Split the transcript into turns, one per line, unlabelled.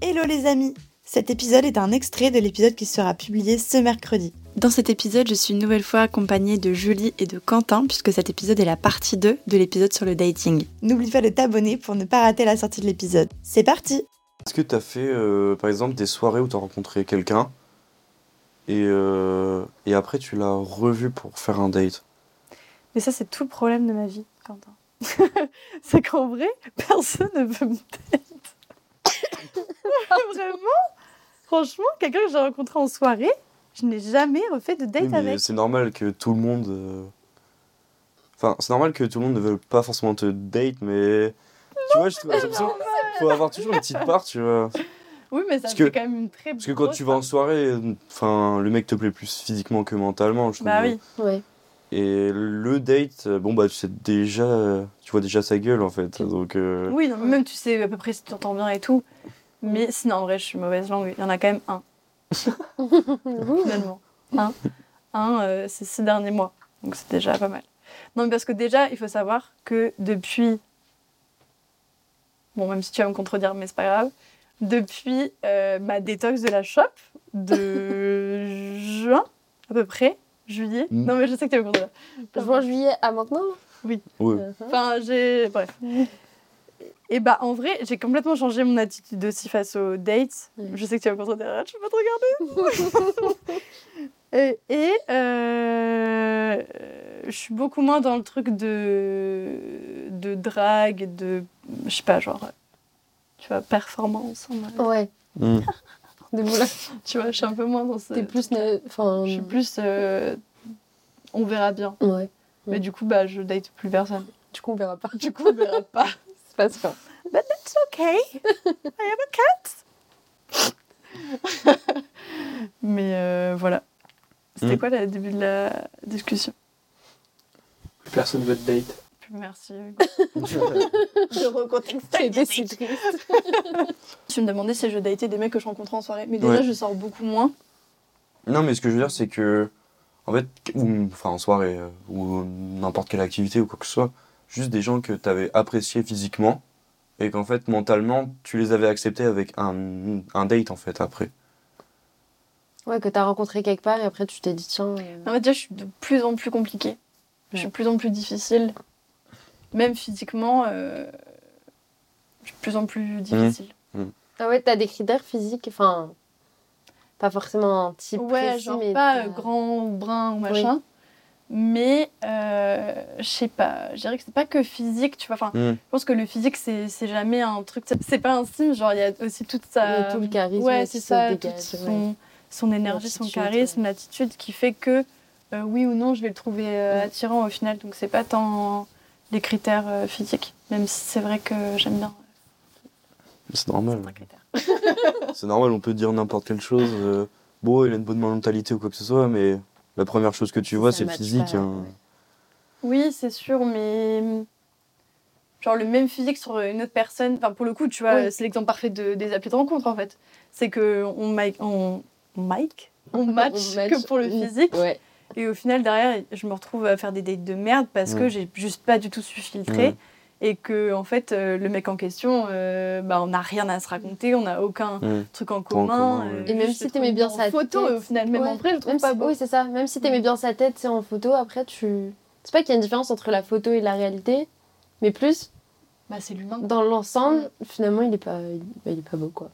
Hello les amis Cet épisode est un extrait de l'épisode qui sera publié ce mercredi. Dans cet épisode, je suis une nouvelle fois accompagnée de Julie et de Quentin, puisque cet épisode est la partie 2 de l'épisode sur le dating. N'oublie pas de t'abonner pour ne pas rater la sortie de l'épisode. C'est parti
Est-ce que t'as fait, euh, par exemple, des soirées où t'as rencontré quelqu'un et, euh, et après tu l'as revu pour faire un date
Mais ça, c'est tout le problème de ma vie, Quentin. c'est qu'en vrai, personne ne veut me date. Vraiment Franchement, quelqu'un que j'ai rencontré en soirée, je n'ai jamais refait de date
Oui, mais
avec.
C'est normal que tout le monde. euh, Enfin, c'est normal que tout le monde ne veuille pas forcément te date, mais. Tu vois, je trouve- j'ai l'impression qu'il faut avoir toujours une petite part, tu vois.
Oui, mais ça
Parce
fait
que-
quand même une très
Parce que quand
grosse
tu vas en soirée, euh, enfin, le mec te plaît plus physiquement que mentalement, je trouve.
Bah oui.
Ouais.
Et le date, euh, bon, bah, tu sais déjà. euh, Tu vois déjà sa gueule, en fait. Donc. euh,
Oui, non, mais même tu sais à peu près si tu t'entends bien et tout. Mais sinon, en vrai, je suis mauvaise langue. Il y en a quand même un, finalement. Un, un euh, ces six derniers mois. Donc c'est déjà pas mal. Non, mais parce que déjà, il faut savoir que depuis. Bon, même si tu vas me contredire, mais c'est pas grave. Depuis euh, ma détox de la shop de juin, à peu près, juillet.
Mm.
Non, mais je sais que tu vas me contredire.
Juin, juillet à maintenant Euh,
ouais.
Enfin, j'ai. Bref. Et bah, en vrai, j'ai complètement changé mon attitude aussi face aux dates.
Ouais.
Je sais que tu vas me contredire, Arrête, je peux pas te regarder. Euh, et euh, je suis beaucoup moins dans le truc de. de drague, de. Je sais pas, genre. Tu vois, performance. en mode-
Ouais.
Mm.
De voilà.
Tu vois, je suis un peu moins dans ce.
T'es plus. né- Enfin.
Je suis plus. euh, on verra bien.
Ouais.
Mais du coup, bah, je date plus personne.
Du coup, on verra pas.
Du coup, on verra pas.
C'est pas ça.
OK. I have a cat. Mais euh, voilà. C'était
Mm.
quoi le début de la discussion
Plus personne veut te date.
Plus Merci. Hugo.
C'était si triste.
Tu me demandais si je datais des mecs que je rencontrais en soirée. Mais déjà,
Ouais.
je sors beaucoup moins.
Non, mais ce que je veux dire, c'est que. En fait, ou, enfin, en soirée, euh, ou n'importe quelle activité, ou quoi que ce soit, juste des gens que t'avais appréciés physiquement, et qu'en fait, mentalement, tu les avais acceptés avec un, un date, en fait, après.
Ouais, que t'as rencontré quelque part et après tu t'es dit, tiens. euh,
En fait, déjà, je suis de plus en plus compliquée. Je suis de plus en plus difficile. Même physiquement, euh, je suis de plus en plus difficile.
Ah ouais, t'as des critères physiques. Enfin. Pas forcément un type.
ouais,
précis,
genre
mais
pas
t'as-
euh, grand ou brun ou machin. Mais euh, je sais pas, je dirais que c'est pas que physique, tu vois. Enfin,
Mm.
Hmm.
je pense que le physique, c'est c'est jamais un truc. C'est pas un signe, genre il y a aussi toute
Il y
sa.
a tout le charisme
euh, Ouais,
qui
c'est
se
ça,
dégage,
toute
ouais.
son, son énergie, son
L'attitude,
charisme,
ouais.
l'attitude qui fait que euh, oui ou non, je vais le trouver euh,
Mm.
attirant au final. Donc c'est pas tant les critères euh, physiques, même si c'est vrai que j'aime bien
C'est normal.
certains critères.
C'est normal, on peut dire n'importe quelle chose. euh, bon, il a une bonne mentalité ou quoi que ce soit, mais la première chose que tu vois,
Ça
c'est le
matche
physique.
pas,
hein.
ouais.
Oui, c'est sûr, mais mm, genre le même physique sur une autre personne. Enfin, pour le coup, tu vois,
Oui.
c'est l'exemple parfait de, des applis de rencontre en fait. C'est que on mic, on mic, on match, mm,
On match.
que pour le physique.
Ouais.
Et au final, derrière, je me retrouve à faire des dates de merde parce que
Mm.
j'ai juste pas du tout su filtrer.
Mm.
Et que, en fait, euh, le mec en question, euh, bah, on n'a rien à se raconter, on n'a aucun
Mm.
truc en
Point
commun.
commun, ouais.
euh,
Et même
juste
si
le
t'aimais
trouve
bien
en
sa
photo,
tête.
et au final, même
Ouais.
en vrai, je le trouve
Même
pas
si-
beau.
Oui, c'est ça. Même si t'aimais bien sa tête, c'est en photo, après tu. C'est pas qu'il y a une différence entre la photo et la réalité, mais plus
Bah, c'est l'humain.
dans l'ensemble, finalement, il est pas, il, bah, il est pas beau quoi.